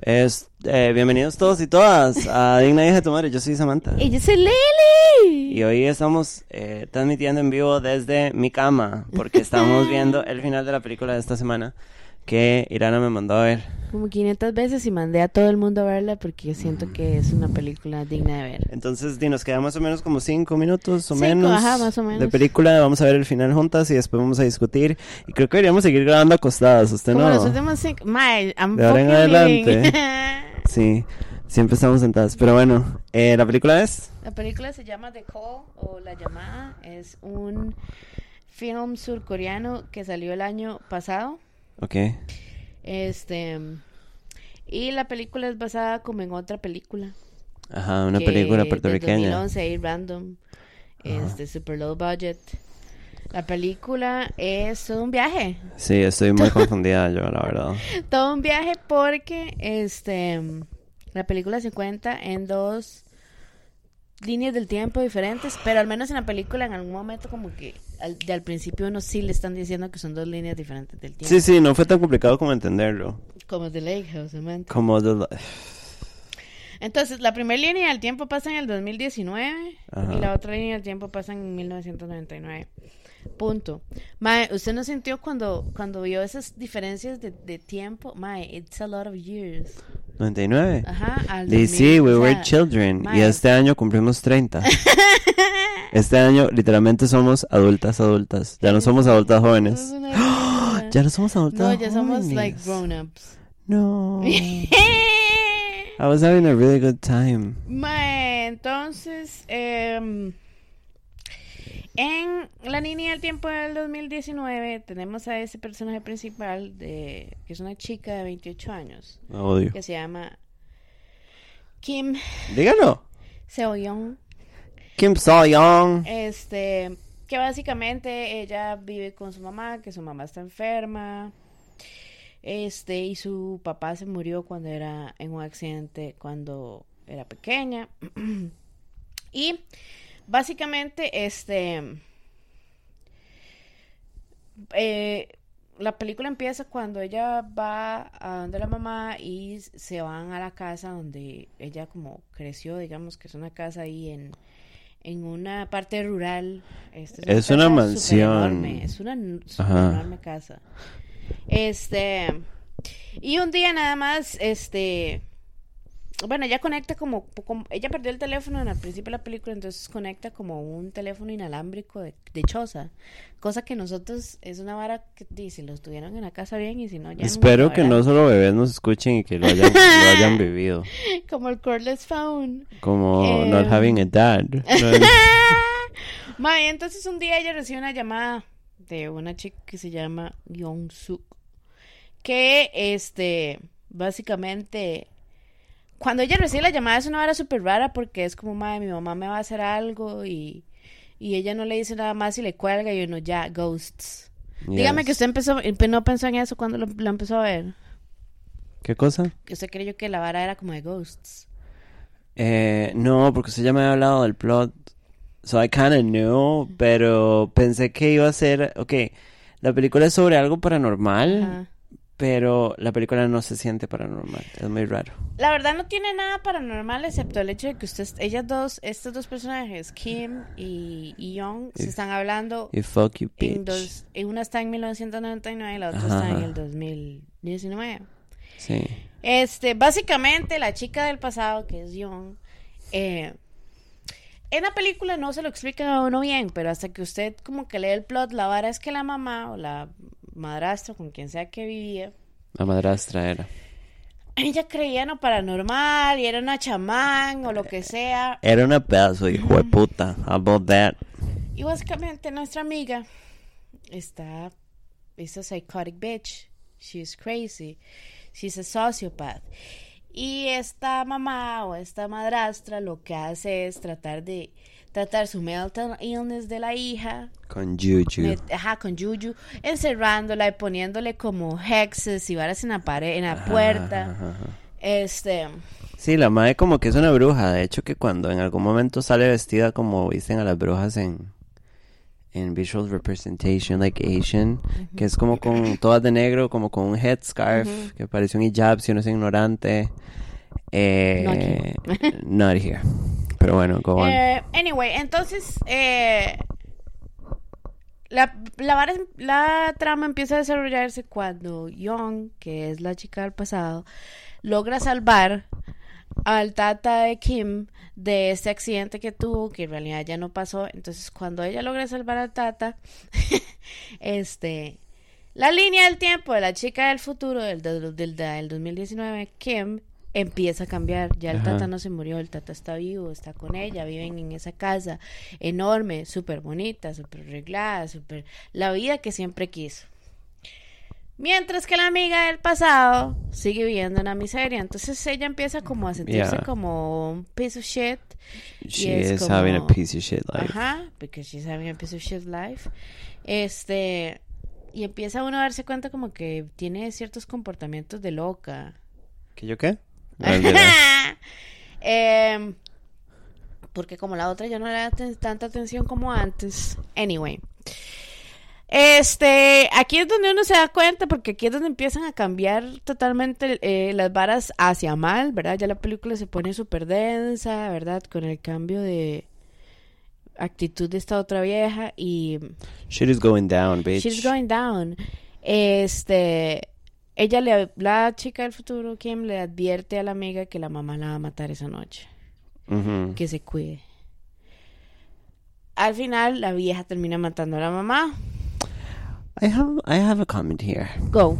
Es, eh, bienvenidos todos y todas a Digna Hija de tu Madre. Yo soy Samantha. ¡Ella es Lele! Y hoy estamos eh, transmitiendo en vivo desde mi cama porque estamos viendo el final de la película de esta semana que Irana me mandó a ver. Como 500 veces y mandé a todo el mundo a verla porque yo siento que es una película digna de ver. Entonces, di, nos queda más o menos como cinco minutos o Cinco, menos, ajá, más o menos. de película. Vamos a ver el final juntas y después vamos a discutir. Y creo que deberíamos seguir grabando acostadas. Usted Como no. los últimos cinco... Mae, I'm De ahora en fucking adelante. leaving. Sí, siempre estamos sentadas. Pero bueno, eh, la película es. La película se llama The Call o La Llamada. Es un film surcoreano que salió el año pasado. Ok. Este... Y la película es basada como en otra película. Ajá, una que película del puertorriqueña. 2011 ahí, random. Este, super low budget. La película es todo un viaje. Sí, estoy muy confundida yo, la verdad. Todo un viaje porque este la película se cuenta en dos líneas del tiempo diferentes, pero al menos en la película en algún momento como que al, de al principio uno sí le están diciendo que son dos líneas diferentes del tiempo. Sí, sí, no fue tan complicado como entenderlo. Como The Lighthouse, amante. Como. de- Entonces, la primera línea del tiempo pasa en el 2019 Ajá. y la otra línea del tiempo pasa en 1999. Punto. Mae, ¿usted no sintió cuando, cuando vio esas diferencias de, de tiempo? Mae, it's a lot of years. 99. Ajá, al Y 2000, sí, we o were sea, children. Y mae, este año cumplimos 30. Este año literalmente somos adultas, adultas. Ya no somos adultas eso es jóvenes. una locura. Ya no somos adultas No, ya somos jóvenes. like grown-ups. No. I was having a really good time. Mae, entonces, em, en La Niña del Tiempo del 2019 tenemos a ese personaje principal, de, que es una chica de 28 años, Odio. que se llama Kim Dígalo. Seoyeon, Kim So Young. este, que básicamente ella vive con su mamá, que su mamá está enferma, este, y su papá se murió cuando era en un accidente, cuando era pequeña. Y básicamente, este. eh, la película empieza cuando ella va a donde la mamá y s- se van a la casa donde ella como creció, digamos que es una casa ahí en, en una parte rural. Este, Es una casa mansión. superenorme, es una n- Ajá. superenorme casa. Este. Y un día nada más, este. Bueno, ella conecta como, como- Ella perdió el teléfono en el principio de la película, entonces conecta como un teléfono inalámbrico de, de choza. Cosa que nosotros es una vara que di, si los tuvieron en la casa bien y si no, ya. Espero nunca, que ¿verdad? no solo bebés nos escuchen y que lo hayan, lo hayan vivido. Como el cordless phone. Como Eh, not having a dad. No- Mae, entonces un día ella recibe una llamada de una chica que se llama Yong Suk. Que, este, básicamente, cuando ella recibe la llamada es una hora súper rara porque es como, madre, mi mamá me va a hacer algo y, y ella no le dice nada más y le cuelga y uno ya, ghosts. Dígame Yes. que usted empezó, no pensó en eso cuando lo, lo empezó a ver. ¿Qué cosa? Que usted creyó que la vara era como de ghosts. Eh, no, porque usted ya me había hablado del plot. So I kinda knew, pero pensé que iba a ser. Ok, la película es sobre algo paranormal, Ajá. pero la película no se siente paranormal. Es muy raro. La verdad no tiene nada paranormal excepto el hecho de que ustedes, ellas dos, estos dos personajes, Kim y, y Young, se Y- están hablando Y fuck you, bitch. en dos, en una está en 1999 y la otra Ajá. está en el 2019. Sí. Este, básicamente la chica del pasado, que es Young, eh, en la película no se lo explica a uno bien, pero hasta que usted como que lee el plot, la vara es que la mamá o la madrastra, con quien sea que vivía, La madrastra era. ella creía en lo paranormal y era una chamán o lo que sea. Era una pedazo de hijo de puta. How about that? Y básicamente nuestra amiga está is a psychotic bitch. She's crazy. She's a sociopath. Y esta mamá o esta madrastra lo que hace es tratar de tratar su mental illness de la hija Con Juju. met- ajá, con Yuyu, encerrándola y poniéndole como hexes y varas en la pared, en la Ajá, puerta. ajá, ajá. Este, Sí, la madre como que es una bruja. De hecho, que cuando en algún momento sale vestida como visten a las brujas en, en visual representation like Asian, que es como con todas de negro, como con un headscarf, que parece un hijab si uno es ignorante. Eh, Not not here. Pero bueno, go on. Eh, anyway, entonces eh, la, la, vara- em, la trama empieza a desarrollarse cuando Young, que es la chica del pasado, logra salvar al tata de Kim de este accidente que tuvo, que en realidad ya no pasó. Entonces, cuando ella logra salvar al tata, este, la línea del tiempo de la chica del futuro, del, del, del- del 2019, Kim, empieza a cambiar. Ya el Ajá. tata no se murió, el tata está vivo, está con ella, viven en esa casa enorme, súper bonita, súper arreglada, súper... La vida que siempre quiso. Mientras que la amiga del pasado sigue viviendo en la miseria. Entonces ella empieza como a sentirse Yeah. como un piece of shit. She es is having a como- piece of shit life. Ajá, porque she's having a piece of shit life. Este, y empieza uno a darse cuenta como que tiene ciertos comportamientos de loca. ¿Que yo qué? No, olvida. Em, porque como la otra ya no le da ten- tanta atención como antes. Anyway. Este, aquí es donde uno se da cuenta, porque aquí es donde empiezan a cambiar totalmente eh, las varas hacia mal, ¿verdad? Ya la película se pone súper densa, ¿verdad? Con el cambio de actitud de esta otra vieja y Shit is going down, bitch. She's going down. Este, ella le, la chica del futuro, Kim, le advierte a la amiga que la mamá la va a matar esa noche, Ujú. que se cuide. Al final, la vieja termina matando a la mamá. I have I have a comment here. Go.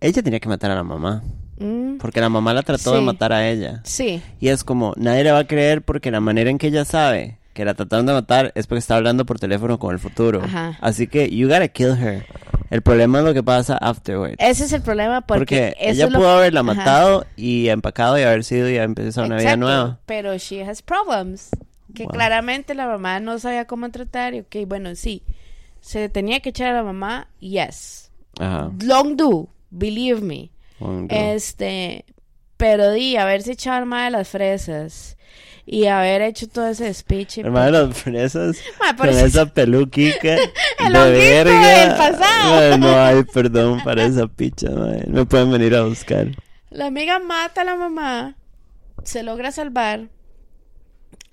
Ella tenía que matar a la mamá, Mm, porque la mamá la trató de Sí. matar a ella. sí. Y es como, nadie le va a creer porque la manera en que ella sabe que la trataron de matar es porque está hablando por teléfono con el futuro. Ajá. Así que, you gotta kill her. El problema es lo que pasa afterwards. Ese es el problema Eh, porque, porque eso ella es lo- pudo haberla Ajá. matado y empacado y haber sido y haber empezado una vida Exacto, nueva. Pero she has problems. Que Wow. claramente la mamá no sabía cómo tratar. Y ok, bueno, sí. Se tenía que echar a la mamá. Yes. Ajá. Long do, believe me. Bueno, Este, pero di, haberse echado al mae de las fresas y haber hecho todo ese speech. y- El mae de las fresas Mae, por con eso- esa peluquica El de honguito verga. del pasado. Mae, no hay perdón para esa picha, mae. Me pueden venir a buscar. La amiga mata a la mamá, se logra salvar.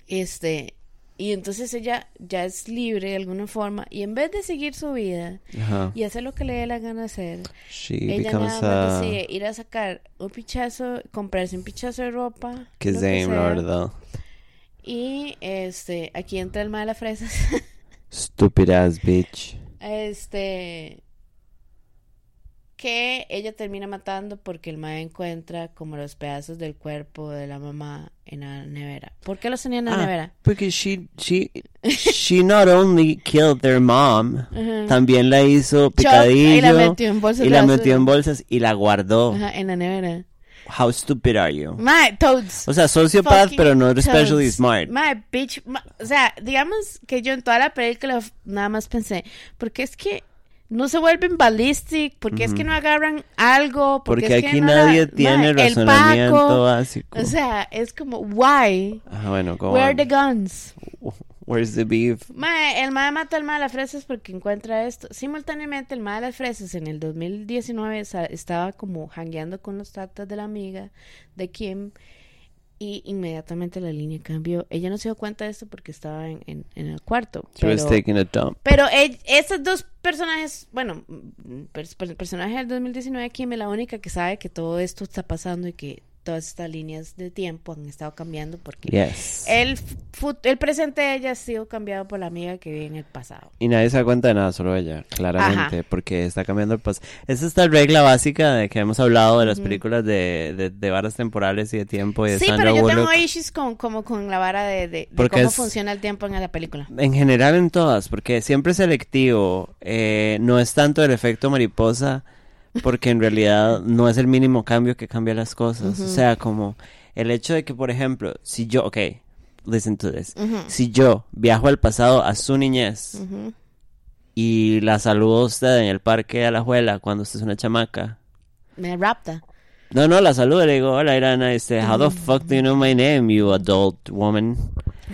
Este, y entonces ella ya es libre de alguna forma. Y en vez de seguir su vida Ajá. y hacer lo que le dé la gana hacer, She ella becomes nada a- más decide ir a sacar un pichazo, comprarse un pichazo de ropa. Que lo es Dame, la sea. verdad. Y este, aquí entra el mal de las fresas. Stupid ass bitch. este. Que ella termina matando porque el mae encuentra como los pedazos del cuerpo de la mamá en la nevera. ¿Por qué los tenía en la Ah, nevera? Porque she, she, she not only killed their mom, Ajá. también la hizo Chop, picadillo y la metió en bolsas y de la basura. metió en bolsas y la guardó. Ajá, en la nevera. How stupid are you? Mae, toads. O sea, sociopath, Fucking pero no especially toads. smart. Mae, bitch. ma- o sea, digamos que yo en toda la película f- nada más pensé, porque es que no se vuelven ballistic, porque es que no agarran algo, porque, Porque, es que aquí no la- nadie mae, tiene el razonamiento Paco, básico. O sea, es como, why? ah, bueno, go Where are on. the guns? Where's the beef? Mae, el mae mata al mae de las fresas porque encuentra esto. Simultáneamente, el mae de las fresas en el 2019 sa- estaba como jangueando con los tatas de la amiga de Kim. Y inmediatamente la línea cambió. Ella no se dio cuenta de esto porque estaba en, en- en el cuarto. She Pero, was taking a dump. pero e- esos dos personajes, bueno, mm, pers- per- personaje del 2019, Kim es la única que sabe que todo esto está pasando y que todas estas líneas de tiempo han estado cambiando porque Yes. el, fut- el presente de ella ha sido cambiado por la amiga que vive en el pasado. Y nadie se da cuenta de nada, solo ella, claramente, porque está cambiando el paso. Es esta regla básica de que hemos hablado de las películas de, de, de varas temporales y de tiempo y de Sí, Sandra pero yo tengo Bullock. issues con, como con la vara de, de- de Porque cómo es- funciona el tiempo en la película. En general en todas, porque siempre es selectivo, eh, no es tanto el efecto mariposa, porque en realidad no es el mínimo cambio que cambia las cosas. O sea, como el hecho de que, por ejemplo, si yo, ok, listen to this, si yo viajo al pasado a su niñez Ujú. y la saludo a usted en el parque de la juela cuando usted es una chamaca. Me rapta. No, no, la saludo, le digo, hola Irana, este, how the fuck do you know my name, you adult woman?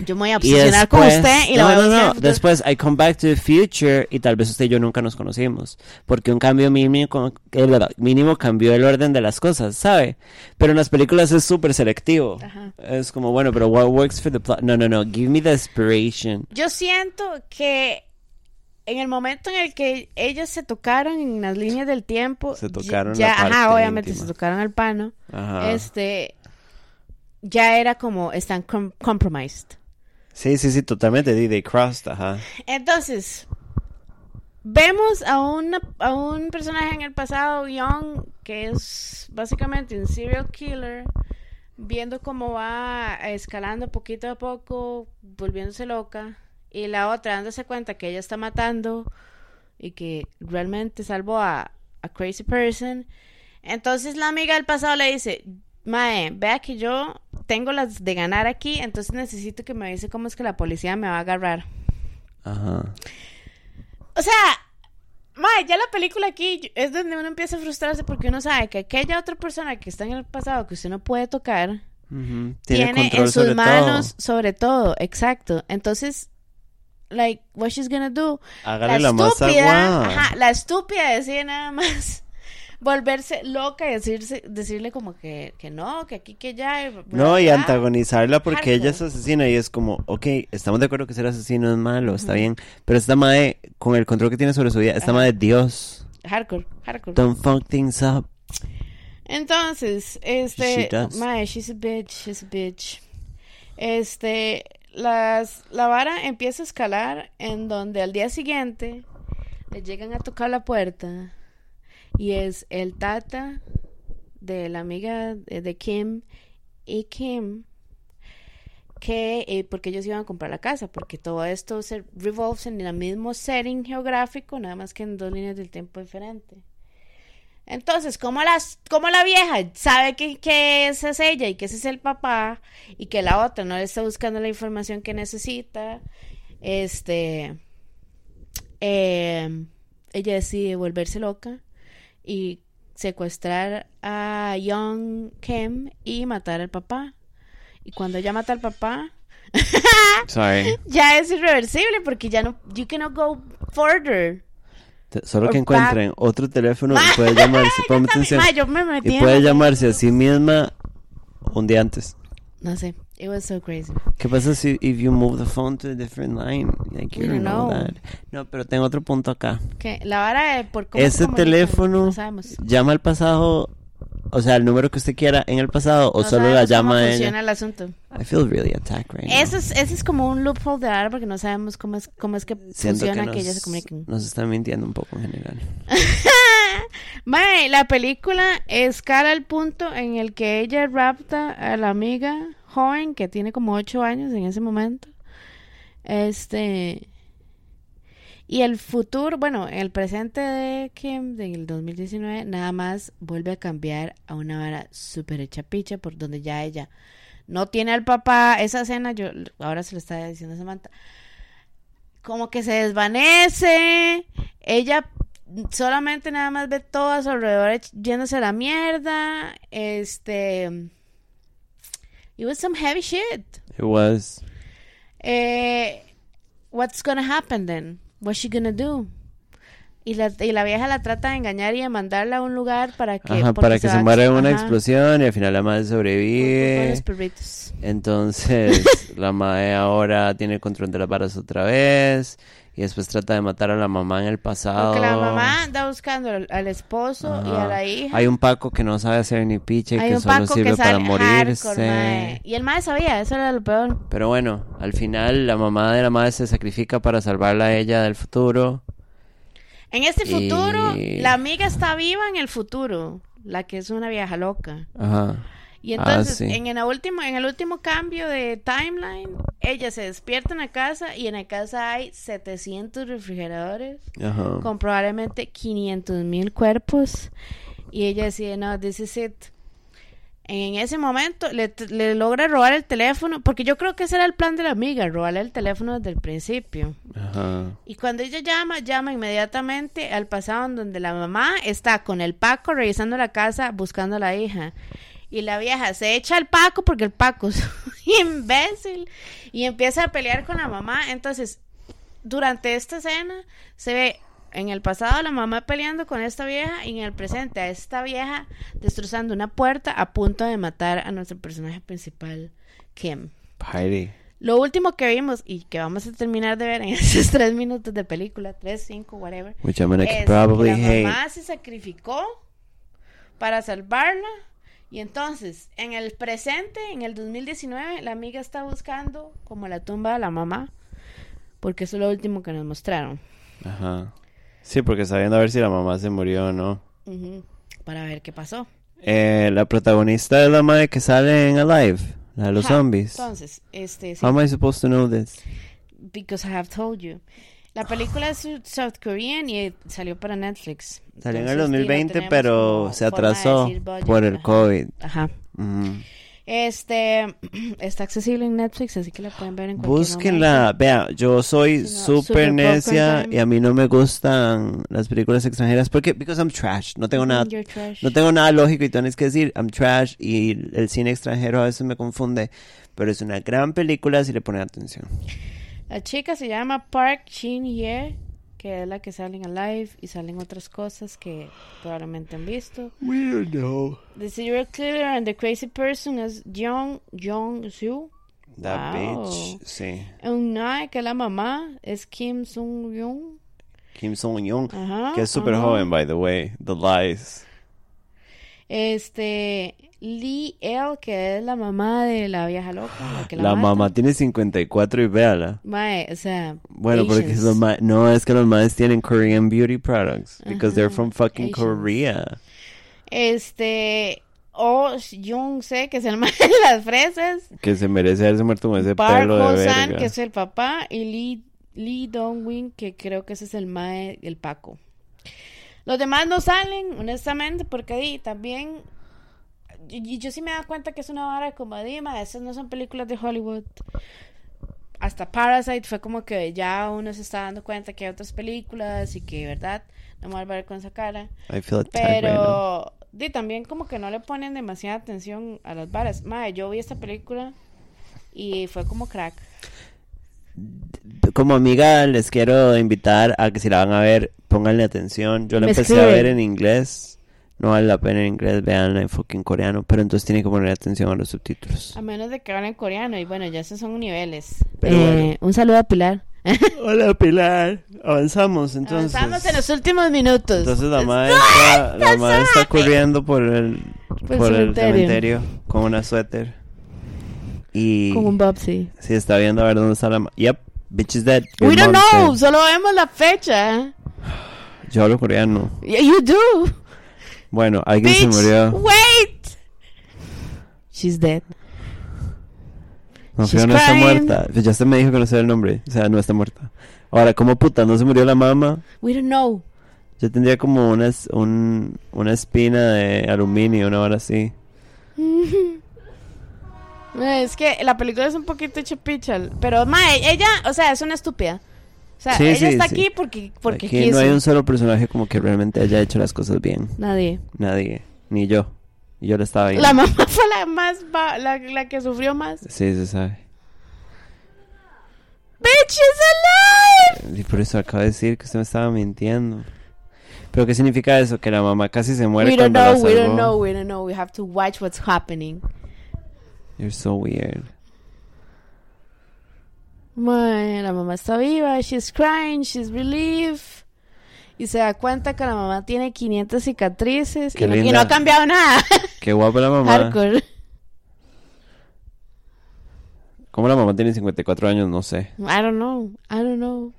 Yo me voy a obsesionar con usted y la no, voy a no, no, buscar. después I come back to the future y tal vez usted y yo nunca nos conocimos, porque un cambio mínimo, el mínimo cambió el orden de las cosas, ¿sabe? Pero en las películas es súper selectivo. Ajá. Es como, bueno, pero what works for the plot? No, no, no, give me the inspiration. Yo siento que en el momento en el que ellas se tocaron en las líneas del tiempo, Se ya- tocaron la ya, parte ajá, obviamente íntima. Ah. se tocaron al pano. Ajá. Este ya era como están com- compromised. Sí, sí, sí, totalmente, di, they crossed, ajá. Entonces, vemos a, una- a un personaje en el pasado, Young, que es básicamente un serial killer, viendo cómo va escalando poquito a poco, volviéndose loca, y la otra dándose cuenta que ella está matando y que realmente salvó a, a Crazy Person. Entonces la amiga del pasado le dice, Mae, vea que yo tengo las de ganar aquí, entonces necesito que me avise cómo es que la policía me va a agarrar. Ajá. O sea, ma, ya la película aquí es donde uno empieza a frustrarse porque uno sabe que aquella otra persona que está en el pasado que usted no puede tocar Ujú. tiene, control en sobre todo. sus manos sobre todo, exacto. Entonces, like, what she's gonna do? Hágale la, más agua. ajá, la estúpida decide nada más volverse loca y decirse, decirle como que, que no, que aquí, que allá. y bla, bla, No, y bla. antagonizarla porque Hardcore. ella es asesina y es como, ok, estamos de acuerdo que ser asesino es malo, está bien, pero esta madre, con el control que tiene sobre su vida, esta madre, Dios, Hardcore, hardcore. don't fuck things up. Entonces, She este, does. mae, she's a bitch, she's a bitch. Este, las, la vara empieza a escalar en donde al día siguiente le llegan a tocar la puerta y es el tata de la amiga de, de Kim y Kim que eh, porque ellos iban a comprar la casa porque todo esto se revolves en el mismo setting geográfico nada más que en dos líneas del tiempo diferente entonces, como las, como la vieja sabe que, que esa es ella y que ese es el papá y que la otra no le está buscando la información que necesita, este, eh, ella decide volverse loca y secuestrar a Young Kim y matar al papá. Y cuando ella mata al papá, Ah. Sorry. ya es irreversible porque ya no, you cannot go further. Te- Solo que Or back. encuentren otro teléfono y puede llamarse, ponme atención, Ma, Ah. yo me metí y en puede la- llamarse a sí misma un día antes. No sé, it was so crazy. ¿Qué pasa si if you move the phone to a different line? Like, you We don't don't know know. that. No, pero tengo otro punto acá. Que la vara de por cómo Ese se comunican, teléfono no sabemos. llama al pasado, o sea, el número que usted quiera en el pasado o No solo la sabemos cómo llama a ella. Eh, funciona el asunto. I feel really attacked right now. Eso es, ese es como un loophole de ahora porque no sabemos cómo es, cómo es que Siento funciona que, nos- ellas se comuniquen. Nos están mintiendo un poco en general. Mae, la película escala el punto en el que ella rapta a la amiga joven que tiene como 8 años en ese momento. Este. Y el futuro, bueno, el presente de Kim del 2019 nada más vuelve a cambiar a una vara súper hecha picha por donde ya ella no tiene al papá. Esa escena, yo ahora se lo está diciendo a Samantha. Como que se desvanece. Ella solamente nada más ve todo a su alrededor ech- yéndose a la mierda. Este. It was some heavy shit. It was. Eh, what's gonna happen then? What's she gonna do? Y la, y la vieja la trata de engañar y de mandarla a un lugar para que... Ajá, porque para que va se a- muera en una ajá, explosión y al final la madre por culpa de sobrevive. los perritos. Entonces, la madre ahora tiene el control de las varas otra vez. Y después trata de matar a la mamá en el pasado. Porque la mamá anda buscando al, al esposo y a Oh. Ajá. la hija. Hay un Paco que no sabe hacer ni piche, Hay que un solo Paco sirve que para sale morirse. hardcore, mae. Y el mae sabía, eso era lo peor. Pero bueno, al final la mamá de la madre se sacrifica para salvarla a ella del futuro. En este futuro, Y- la amiga está viva en el futuro. La que es una vieja loca. Ajá. Y Ah, entonces, sí. en, el último, en el último cambio de timeline, ella se despierta en la casa y en la casa hay 700 refrigeradores Ajá. con probablemente 500 mil cuerpos. Y ella decide, no, this is it. En ese momento le, t- le logra robar el teléfono, porque yo creo que ese era el plan de la amiga, robarle el teléfono desde el principio. Ajá. Y cuando ella llama, llama inmediatamente al pasado en donde la mamá está con el Paco revisando la casa buscando a la hija. Y la vieja se echa al Paco porque el Paco imbécil. Y empieza a pelear con la mamá. Entonces, durante esta escena se ve en el pasado la mamá peleando con esta vieja y en el presente a esta vieja destrozando una puerta a punto de matar a nuestro personaje principal, Kim. Heidi. Lo último que vimos y que vamos a terminar de ver en esos tres minutos de película, tres, cinco, whatever, Which I'm gonna es que probably hate. la mamá se sacrificó para salvarla y entonces en el presente, en el 2019, la amiga está buscando como la tumba de la mamá porque eso es lo último que nos mostraron. Ajá. Sí, porque sabiendo a ver si la mamá se murió o no. Ujú, Para ver qué pasó. Eh, la protagonista es la madre que sale en Alive, la de los Ajá, zombies. Entonces, este, sí, How am I supposed to know this? because I have told you. La película es South Korean y eh, salió para Netflix. Salió en el Entonces, sí, no 2020, tenemos pero como se forma de atrasó decir budget, por el ajá. COVID. Ajá. Ujú. Este está accesible en Netflix, así que la pueden ver en cualquier Búsquenla, vea, yo soy Si no, súper super necia popcorn y a mí no me gustan las películas extranjeras porque because I'm trash, no tengo nada, momento. You're trash. no tengo nada lógico y tienes que decir I'm trash y el cine extranjero a veces me confunde, pero es una gran película si le ponen atención. La chica se llama Park Shin Ye, que es la que sale en Alive y salen otras cosas que probablemente han visto. We don't know. The serial killer and the crazy person es Jung Jong Soo. That Wow. bitch, sí. Eunnae, que es la mamá, es Kim Sung Yoon. Kim Song Young, Ajá, que es súper ajá. joven by the way, The Lies. Este Lee El, que es la mamá de la vieja loca, la que la, La mata. mamá tiene 54 y véala. Mae, o sea, Bueno, porque Asians. los ma- no, es que los maes tienen Korean beauty products because they're Ajá, from fucking Asians. Korea. Este. Oh Jung Se, que es el man de las fresas. Que se merece haberse muerto con ese Park pelo de Ho San, verga. que es el papá. Y Lee, Lee Dong Win, que creo que ese es el mae, el Paco. Los demás no salen, honestamente, porque ahí también. y- y yo sí me he dado cuenta que es una vara como Dima, esas no son películas de Hollywood. Hasta Parasite fue como que ya uno se está dando cuenta que hay otras películas y que, ¿verdad? No me voy a volver con esa cara. I feel attacked right now. Pero di, también como que no le ponen demasiada atención a las varas. Madre, yo vi esta película y fue como crack. Como amiga, les quiero invitar a que si la van a ver, pónganle atención. Yo la Me empecé a escriben. ver en inglés. No vale la pena en inglés, veanla en fucking coreano. Pero entonces tienen que ponerle atención a los subtítulos. A menos de que hablen coreano. Y bueno, ya esos son niveles. Pero Eh, bueno. Un saludo a Pilar. Hola Pilar, avanzamos entonces. Avanzamos en los últimos minutos. Entonces la madre está, la madre está corriendo por el, por el el cementerio cementerio. con una suéter. Y Con un Bobsy. sí, está viendo a ver dónde está la ma- Yep, bitch is dead. your We don't mom's know. dead. Solo vemos la fecha. Yo hablo coreano. Yeah, You do. Bueno, alguien se Bitch, murió. Wait. She's dead. No, she's Fiona está crying. muerta. Pues Ya se me dijo que no sé el nombre. O sea, no está muerta. Ahora, ¿cómo puta? ¿No se murió la mamá? We don't know. Yo tendría como una, es- un, una espina de aluminio, una hora así. Eh, Es que la película es un poquito chupicha, pero mae, ella, o sea, es una estúpida. O sea, Sí, ella sí, está sí. aquí porque, porque Aquí quiso. no hay un solo personaje como que realmente haya hecho las cosas bien. Nadie. Nadie, ni yo. Y yo la estaba viendo. La mamá fue la más ba- la, la que sufrió más. Sí, se sabe. Bitch is alive. Y por eso acabo de decir que usted me estaba mintiendo. ¿Pero qué significa eso? Que la mamá casi se muere We don't cuando la know, salvó. we don't know, we don't know. We have to watch what's happening. You're so weird. Mae, la mamá está viva, she's crying, she's relieved. Y se da cuenta que la mamá tiene 500 cicatrices Qué y, no, y linda. no ha cambiado nada. Qué guapa la mamá. Hardcore. ¿Cómo la mamá tiene 54 años? No sé. I don't know, I don't know.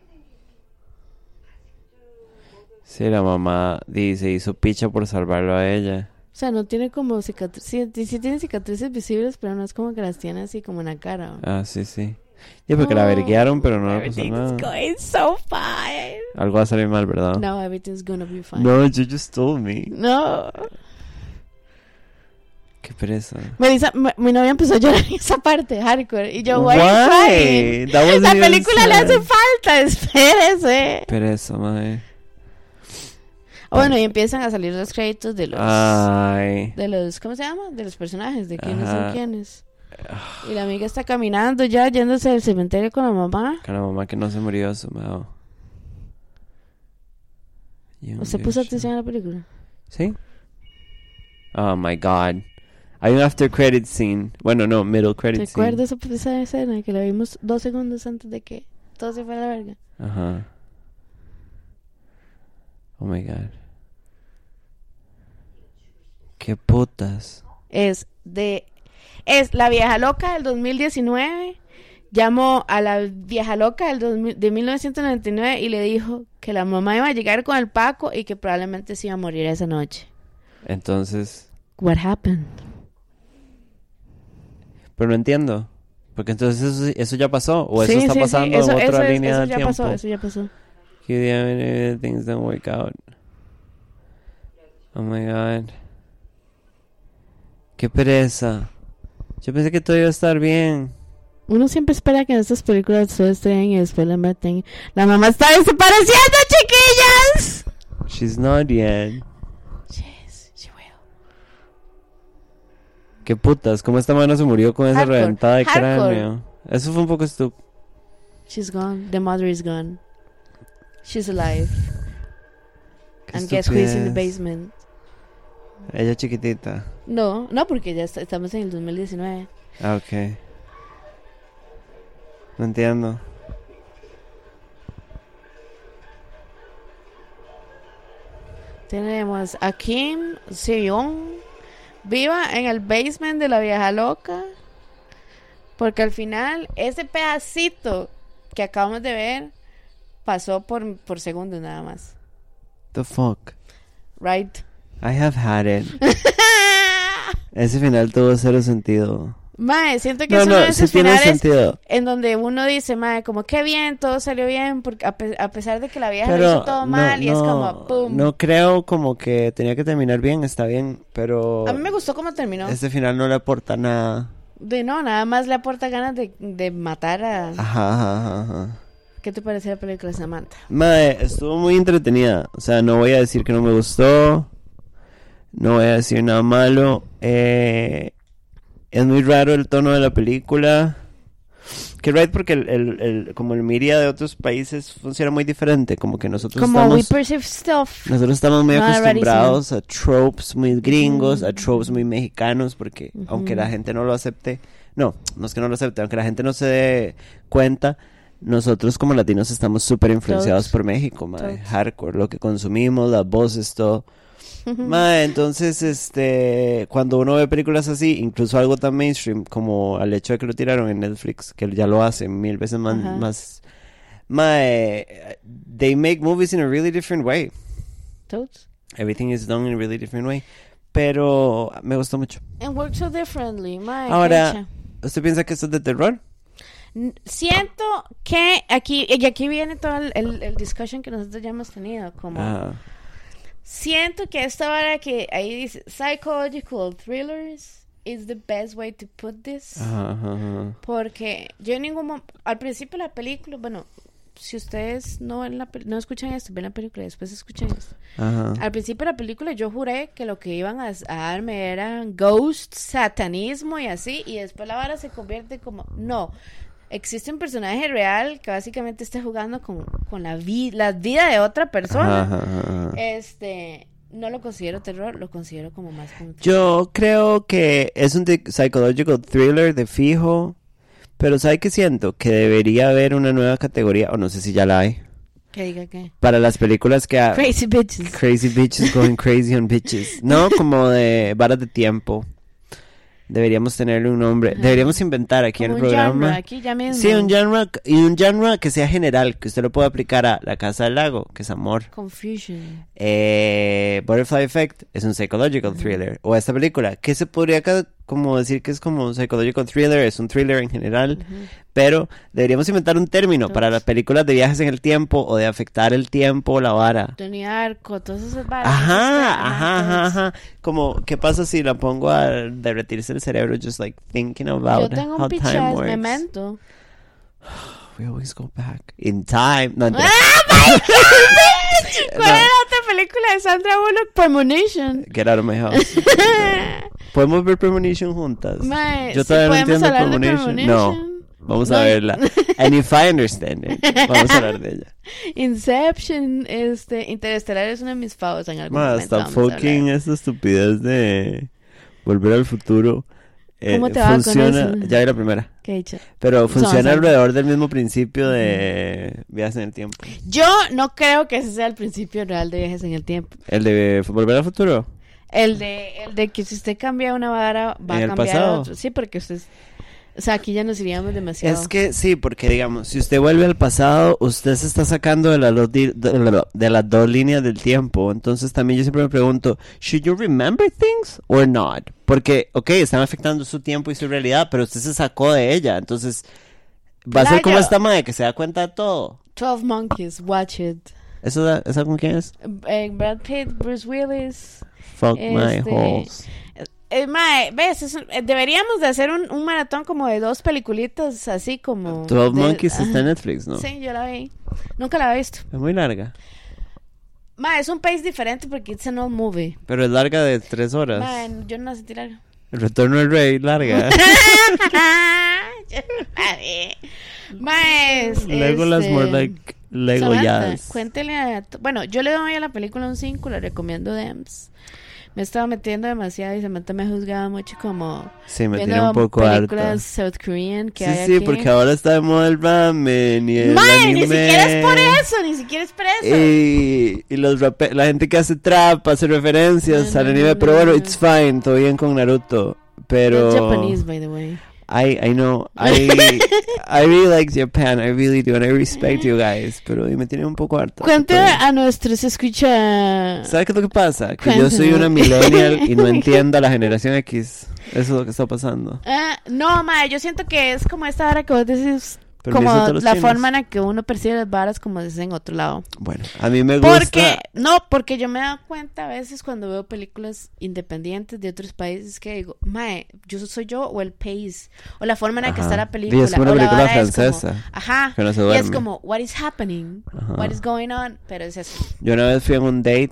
Sí, la mamá dice, se hizo picha por salvarlo a ella. O sea, no tiene como cicatrices. Sí, sí tiene cicatrices visibles, pero no es como que las tiene así como en la cara. ¿no? Ah, sí, sí. Ya, porque la No, verguearon, pero no le pasó Everything's nada. going so fine. Algo va a salir mal, ¿verdad? No, everything's gonna be fine. No, you just told me. No. Qué pereza. Melissa, mi, mi novia empezó a llorar en esa parte, hardcore. Y yo, why? are you Why? crying? That wasn't La even película le sad. hace falta, espérese. Pereza, madre. Bueno, y empiezan a salir los créditos de los. Ay. De los, ¿cómo se llama? De los personajes, de quiénes Ajá. Ah. son quiénes. Y la amiga está caminando ya, yéndose al cementerio con la mamá. Con la mamá que no se murió, su mamá. ¿Usted puso atención a la película? Sí. Oh my god. Hay un after credit scene. Bueno, no, middle ¿Te credit scene. acuerdas de esa escena que la vimos dos segundos antes de que todo se fuera a la verga? Ajá. Oh my god. Qué putas. Es de... Es La Vieja Loca del 2019. Llamó a la Vieja Loca del 2000 de 1999 y le dijo que la mamá iba a llegar con el Paco y que probablemente se iba a morir esa noche. Entonces, What happened? pero no entiendo. Porque entonces eso, eso ya pasó o eso Sí, está sí, sí, pasando eso- en eso otra es- línea eso del ya tiempo. pasó, eso ya pasó. You damn it, things don't work out. Oh my god. Qué pereza. Yo pensé que todo iba a estar bien. Uno siempre espera que en estas películas se estrenen y después la maten. La mamá está desapareciendo, chiquillas. She's not yet. Yes, she will. Qué putas, cómo esta mano se murió con esa Hardcore, reventada de hardcore. cráneo. Eso fue un poco estúpido. She's gone. The mother is gone. She's alive. Qué And guess who is in the estupidez. basement? Ella chiquitita. No, no, porque ya est- estamos en el 2019. Ah, ok. No entiendo. Tenemos a Kim Seon viva en el basement de la vieja loca. Porque al final, ese pedacito que acabamos de ver pasó por, por segundos nada más. The fuck. Right. I have had it. Ese final tuvo cero sentido. Mae, siento que No, es uno no, de sí esos tiene finales sentido. en donde uno dice, mae, como qué bien, todo salió bien, porque a, pe- a pesar de que la vieja lo Pero hizo todo no, mal y es como, no, pum. no creo como que tenía que terminar bien, está bien, pero A mí me gustó cómo terminó. este final no le aporta nada. De no, nada más le aporta ganas de, de matar a... Ajá, ajá, ajá, ajá. ¿Qué te parece la película Samantha? Madre, estuvo muy entretenida. O sea, no voy a decir que no me gustó. No voy a decir nada malo. Eh, es muy raro el tono de la película. Que right porque el, el- el- como el miria de otros países funciona muy diferente. Como que nosotros Como We estamos... Perceive Stuff. Nosotros estamos muy No, es acostumbrados a tropes muy gringos, a tropes muy mexicanos, porque aunque la gente no lo acepte, no, no es que no lo acepte, aunque la gente no se dé cuenta, nosotros como latinos estamos súper influenciados Todos. por México, madre, Todos. hardcore, lo que consumimos, las voces, todo. Mae, entonces, este, cuando uno ve películas así, incluso algo tan mainstream como al hecho de que lo tiraron en Netflix, que ya lo hacen mil veces más, Ajá. más mae, they make movies in a really different way. Toads. Everything is done in a really different way. Pero me gustó mucho. And work so differently, mae. Ahora- concha. ¿Usted piensa que esto es de terror? N- Siento que aquí, y aquí viene todo el, el, el discussion que nosotros ya hemos tenido, como... Ajá. Siento que esta vara que ahí dice psychological thrillers is the best way to put this. Ajá, ajá, ajá. Porque yo en ningún momento, al principio de la película, bueno, si ustedes no ven la pel- no escuchan esto, ven la película y después escuchan esto. Ajá. Al principio de la película yo juré que lo que iban a, a darme eran ghost, satanismo y así, y después la vara se convierte como, no, existe un personaje real que básicamente está jugando con, con la, vi- la vida de otra persona. Ajá, ajá, ajá. Este, no lo considero terror, lo considero como más como Yo creo que es un tic- psychological thriller de fijo. Pero ¿sabe qué siento? Que debería haber una nueva categoría, o no sé si ya la hay, que diga que para las películas que... ha- crazy bitches. Crazy bitches going crazy on bitches. No, como de varas de tiempo. Deberíamos tenerle un nombre. Ajá. Deberíamos inventar aquí en Como el un genre, programa. aquí ya mismo. Sí, un genre y un genre que sea general, que usted lo pueda aplicar a La Casa del Lago, que es amor. Confusion. Eh, Butterfly Effect es un psychological thriller. O esta película, que se podría ca- como decir que es como un psychological thriller, es un thriller en general. Pero deberíamos inventar un término para las películas de viajes en el tiempo o de afectar el tiempo, la vara. Tony Arco, todos esos bares. Ajá, ajá, ajá, ajá. Como, ¿qué pasa si la pongo a derretirse el cerebro just like thinking Yo about tengo how un time pichas works? memento. We always go back in time. No, mentira. ¿Cuál No. era otra película de Sandra Bullock? Premonition. Get out of my house. ¿Podemos ver Premonition juntas? Mae, Yo sí, todavía no podemos entiendo hablar de Premonition. Premonition. No, vamos a No. verla. And if I understand it, vamos a hablar de ella. Inception, este, Interestelar es una de mis favoritas en algún Mae, momento. hasta vamos a hablar. fucking esta estupidez de volver al futuro. eh, ¿Cómo te va con funciona, eso? Ya vi la primera. Qué dicha. Pero avanzando. funciona alrededor del mismo principio de viajes en el tiempo. Yo no creo que ese sea el principio real de viajes en el tiempo. ¿El de volver al futuro? El de, el de que si usted cambia una vara, va ¿En a el cambiar pasado? otro. Sí, porque usted. es- O sea, aquí ya nos iríamos demasiado. Es que sí, porque digamos, si usted vuelve al pasado, usted se está sacando de, las dos di- de la- de las dos líneas del tiempo. Entonces también yo siempre me pregunto, ¿should you remember things or not? Porque, ok, están afectando su tiempo y su realidad, pero usted se sacó de ella. Entonces, va a ser como Playa. esta madre que se da cuenta de todo. 12 Monkeys, Watch It. ¿Eso, da- ¿Esa con quién es? Eh, Brad Pitt, Bruce Willis. Fuck my Este, holes. Eh, mae, ves, es un- eh, deberíamos de hacer un, un maratón como de dos peliculitas, así como... 12 de- Monkeys está Ajá. en Netflix, ¿no? Sí, yo la vi. Nunca la había visto. Es muy larga. Ma, es un país diferente porque it's an old movie. Pero es larga de tres horas. Ma, yo no la sentí larga. El retorno del rey, larga. Este, Yo no la vi. Ma, es... Legolas este, more like Lego Samantha, jazz. cuéntele a... t- Bueno, yo le doy a la película un 5, la recomiendo Dems. Me estaba metiendo demasiado y Samantha me juzgaba mucho como... Sí, me viendo tiene un poco harta. películas South Korean que Sí, hay sí, aquí. porque ahora está de moda el ramen y el Mae, anime. Eh, ni siquiera es por eso, ni siquiera es por eso. Y, y los rape- la gente que hace trap, hace referencias No, al no, anime, no, pero no, bueno, no. it's fine, todo bien con Naruto. Pero That's Japanese, by the way. I I know I I really like Japan, I really do, and I respect you guys, pero me tiene un poco harta. Cuente Pero- a nuestros escucha. ¿Sabes qué es lo que pasa? Que yo soy Cuéntame. una millennial y no entiendo a la generación X. Eso es lo que está pasando. Ah, no, mae, yo siento que es como esta hora que vos decís, Pero como me dicen todos los la chinos. forma en la que uno percibe las varas como dicen en otro lado. Bueno, a mí me gusta. Porque, no, porque yo me he dado cuenta a veces cuando veo películas independientes de otros países que digo, mae, yo soy yo o el país, o la forma en la que Ajá. está la Y película. es como una o la película vara es como- francesa, ajá. que no se y es duerme. como, what is happening, Ajá. what is going on, pero es eso. Yo una vez fui en un date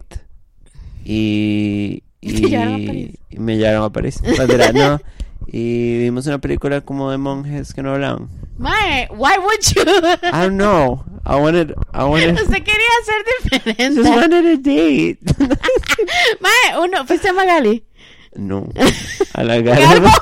y. Y te llevaron a París. y me llevaron a París. Mentira, no. Y vimos una película como de monjes que no hablaban. Mae, why would you? I don't know. I wanted. I wanted. Usted quería ser I just diferente. wanted a date. Mae, uno, fuiste a Magali. no. A la garra.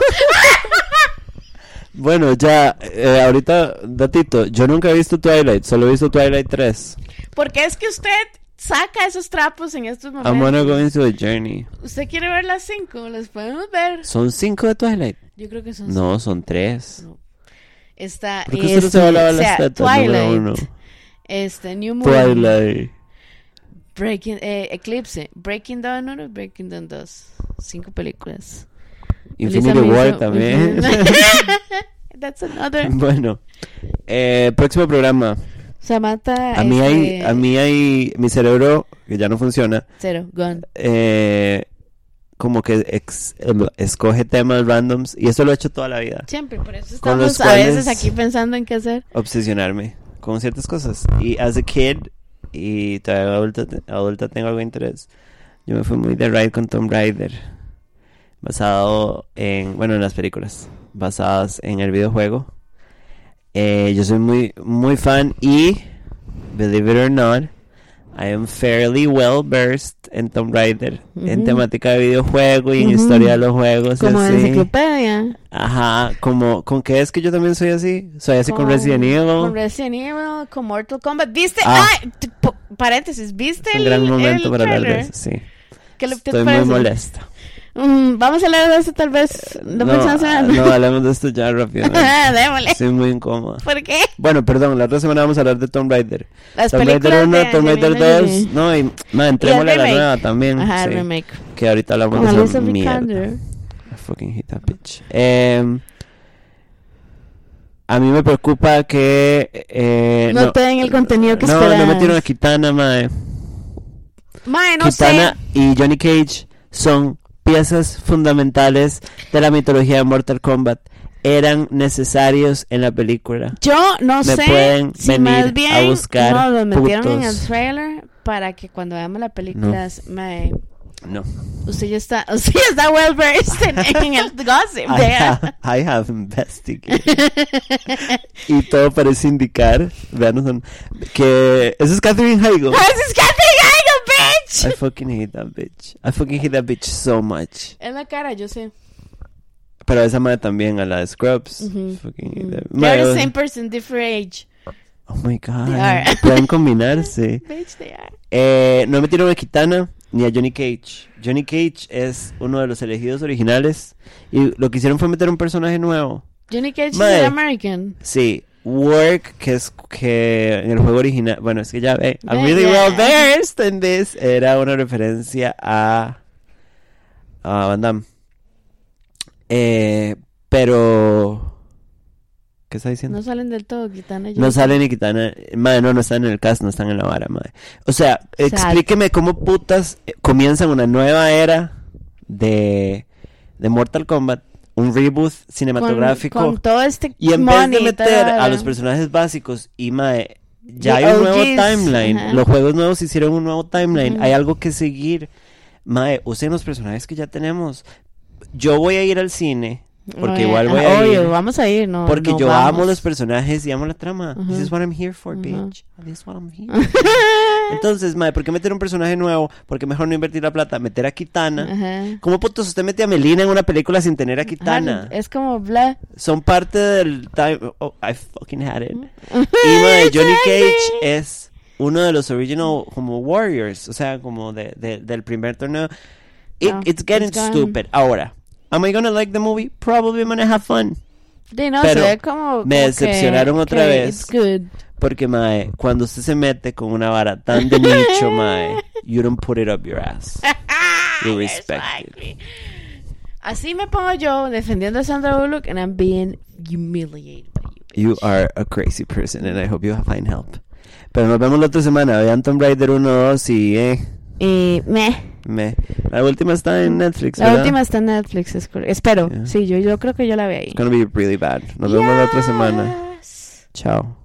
Bueno, ya, eh, ahorita, datito, yo nunca he visto Twilight, solo he visto Twilight 3. Porque es que usted saca esos trapos en estos I'm gonna momentos. go into the journey. ¿Usted quiere ver las cinco? ¿Las podemos ver? ¿Son cinco de Twilight? Yo creo que son No, son tres. No. Está ¿Por qué usted no se este, va a lavar o las sea, tetas? Número Twilight, uno. Este, New Moon. Twilight. Breaking, eh, Eclipse. Breaking Dawn 1 Breaking Dawn 2. Cinco películas. Infinity Melissa War Mason- también. Mm. That's another. bueno, eh, próximo programa. Samantha. A mí hay, este, a mí hay, mi cerebro, que ya no funciona, Cero, gone. eh, como que ex- em, escoge temas randoms y eso lo he hecho toda la vida. Siempre, por eso Con los estamos a veces cuales- aquí pensando en qué hacer. obsesionarme con ciertas cosas. Y as a kid, y todavía adulta, adulta tengo algo de interés, yo me fui muy de ride con Tom Rider, basado en, bueno, en las películas, basadas en el videojuego. Eh, yo soy muy, muy fan y, believe it or not, I am fairly well versed en Tom Rider, en Ujú. temática de videojuego y en Ujú. historia de los juegos. y Como así. enciclopedia. Ajá, como, ¿con qué es que yo también soy así? Soy así con, Con- Resident Evil. Con Resident Evil, con Mortal Kombat. ¿Viste? Ah. Ay, t- po- paréntesis, ¿viste Es un Este el, gran momento el para hablar de trailer? eso, sí. ¿Qué le- qué te Estoy muy parece? molesta. Mm, vamos a hablar de eso tal vez la próxima ah, semana. no, hablemos de esto ya rápido. Ah, démosle. Estoy muy incómoda. ¿Por qué? Bueno, perdón, la otra semana vamos a hablar de Tomb Raider. Las Tomb Raider películas 1, de Tomb Raider Angelina 2. Jolie. No, y ma, entrémosle a la remake. nueva también. Ajá, sí, remake. Que ahorita hablamos Con de esa Alicia mierda. Vikander. I fucking hate that bitch. Em, a mí me preocupa que. eh, No te den el contenido que no, No, esperas. no metieron a Kitana, madre. Mae, no Kitana sé. y Johnny Cage son piezas fundamentales de la mitología de Mortal Kombat. Eran necesarios en la película. Yo no Me sé pueden si venir más bien a buscar no lo metieron en el putos. trailer para que cuando veamos la película, mae, No. Usted ya está, usted ya está well versed en, en el gossip, I, vea. have, I have investigated. y todo parece indicar, vean, son- que eso es Catherine Heigl. This is Catherine Heigl, bitch. I fucking hate that bitch. I fucking hate that bitch so much. Es la cara, yo sé. Pero esa madre también, a la de Scrubs. Ujú. Mm. Fucking hate that- They are the Madre, same person, different age. Oh my god. They are. Pueden combinarse. Bitch, they are. Eh, no metieron a Kitana ni a Johnny Cage. Johnny Cage es uno de los elegidos originales. Y lo que hicieron fue meter un personaje nuevo. Johnny Cage Mae. is American. Sí, Work, que es que en el juego original, bueno, es que ya ve, I'm Ve, really ya. well versed in this, era una referencia a, a Van Damme. Eh, pero, ¿qué está diciendo? No salen del todo, Kitana. y No Johnny. sale ni Kitana, madre, no, no están en el cast, no están en la vara, madre. O sea, explíqueme cómo putas eh, comienzan una nueva era de, de Mortal Kombat, un reboot Con- cinematográfico. Con, todo este Y en vez money de y toda meter la- a los personajes básicos y mae, ya The hay un nuevo OGs, timeline. ajá. Los juegos nuevos hicieron un nuevo timeline. Ujú. Hay algo que seguir. Mae, usen los personajes que ya tenemos. Yo voy a ir al cine porque Oye, igual voy ah, a ir. Obvio, vamos a ir, no. porque no yo amo vamos. los personajes y amo la trama. This Ujú. is what I'm here for, Ujú. bitch. This is what I'm here. for. Entonces, mae, ¿por qué meter un personaje nuevo? Porque mejor no invertir la plata, meter a Kitana. Ajá. ¿Cómo putos usted mete a Melina en una película sin tener a Kitana? Ajá, Es como bla. son parte del time. Oh, I fucking had it. Y mae, Johnny Cage es uno de los original como Warriors, o sea, como de, de- del primer torneo. It- No, it's getting Ah, it's gone. stupid. Ahora, am I gonna like the movie? Probably I'm gonna have fun. Sí, no, Pero se ve como. me como decepcionaron que- otra que vez. It's good. Porque mae, cuando usted se mete con una vara tan de nicho, mae, you don't put it up your ass. You respect it. Exactly. Así me pongo yo defendiendo a Sandra Bullock and I'm being humiliated by you. You are a crazy person and I hope you find help. Pero nos vemos la otra semana. Vean Tomb Raider 1, 2 y eh. Eh, meh. Me. La última está en Netflix. La ¿verdad? última está en Netflix, es correcto. espero. Yeah. Sí, yo, yo creo que yo la vi ahí. It's gonna be really bad. Nos vemos la otra semana. Yes. Chao.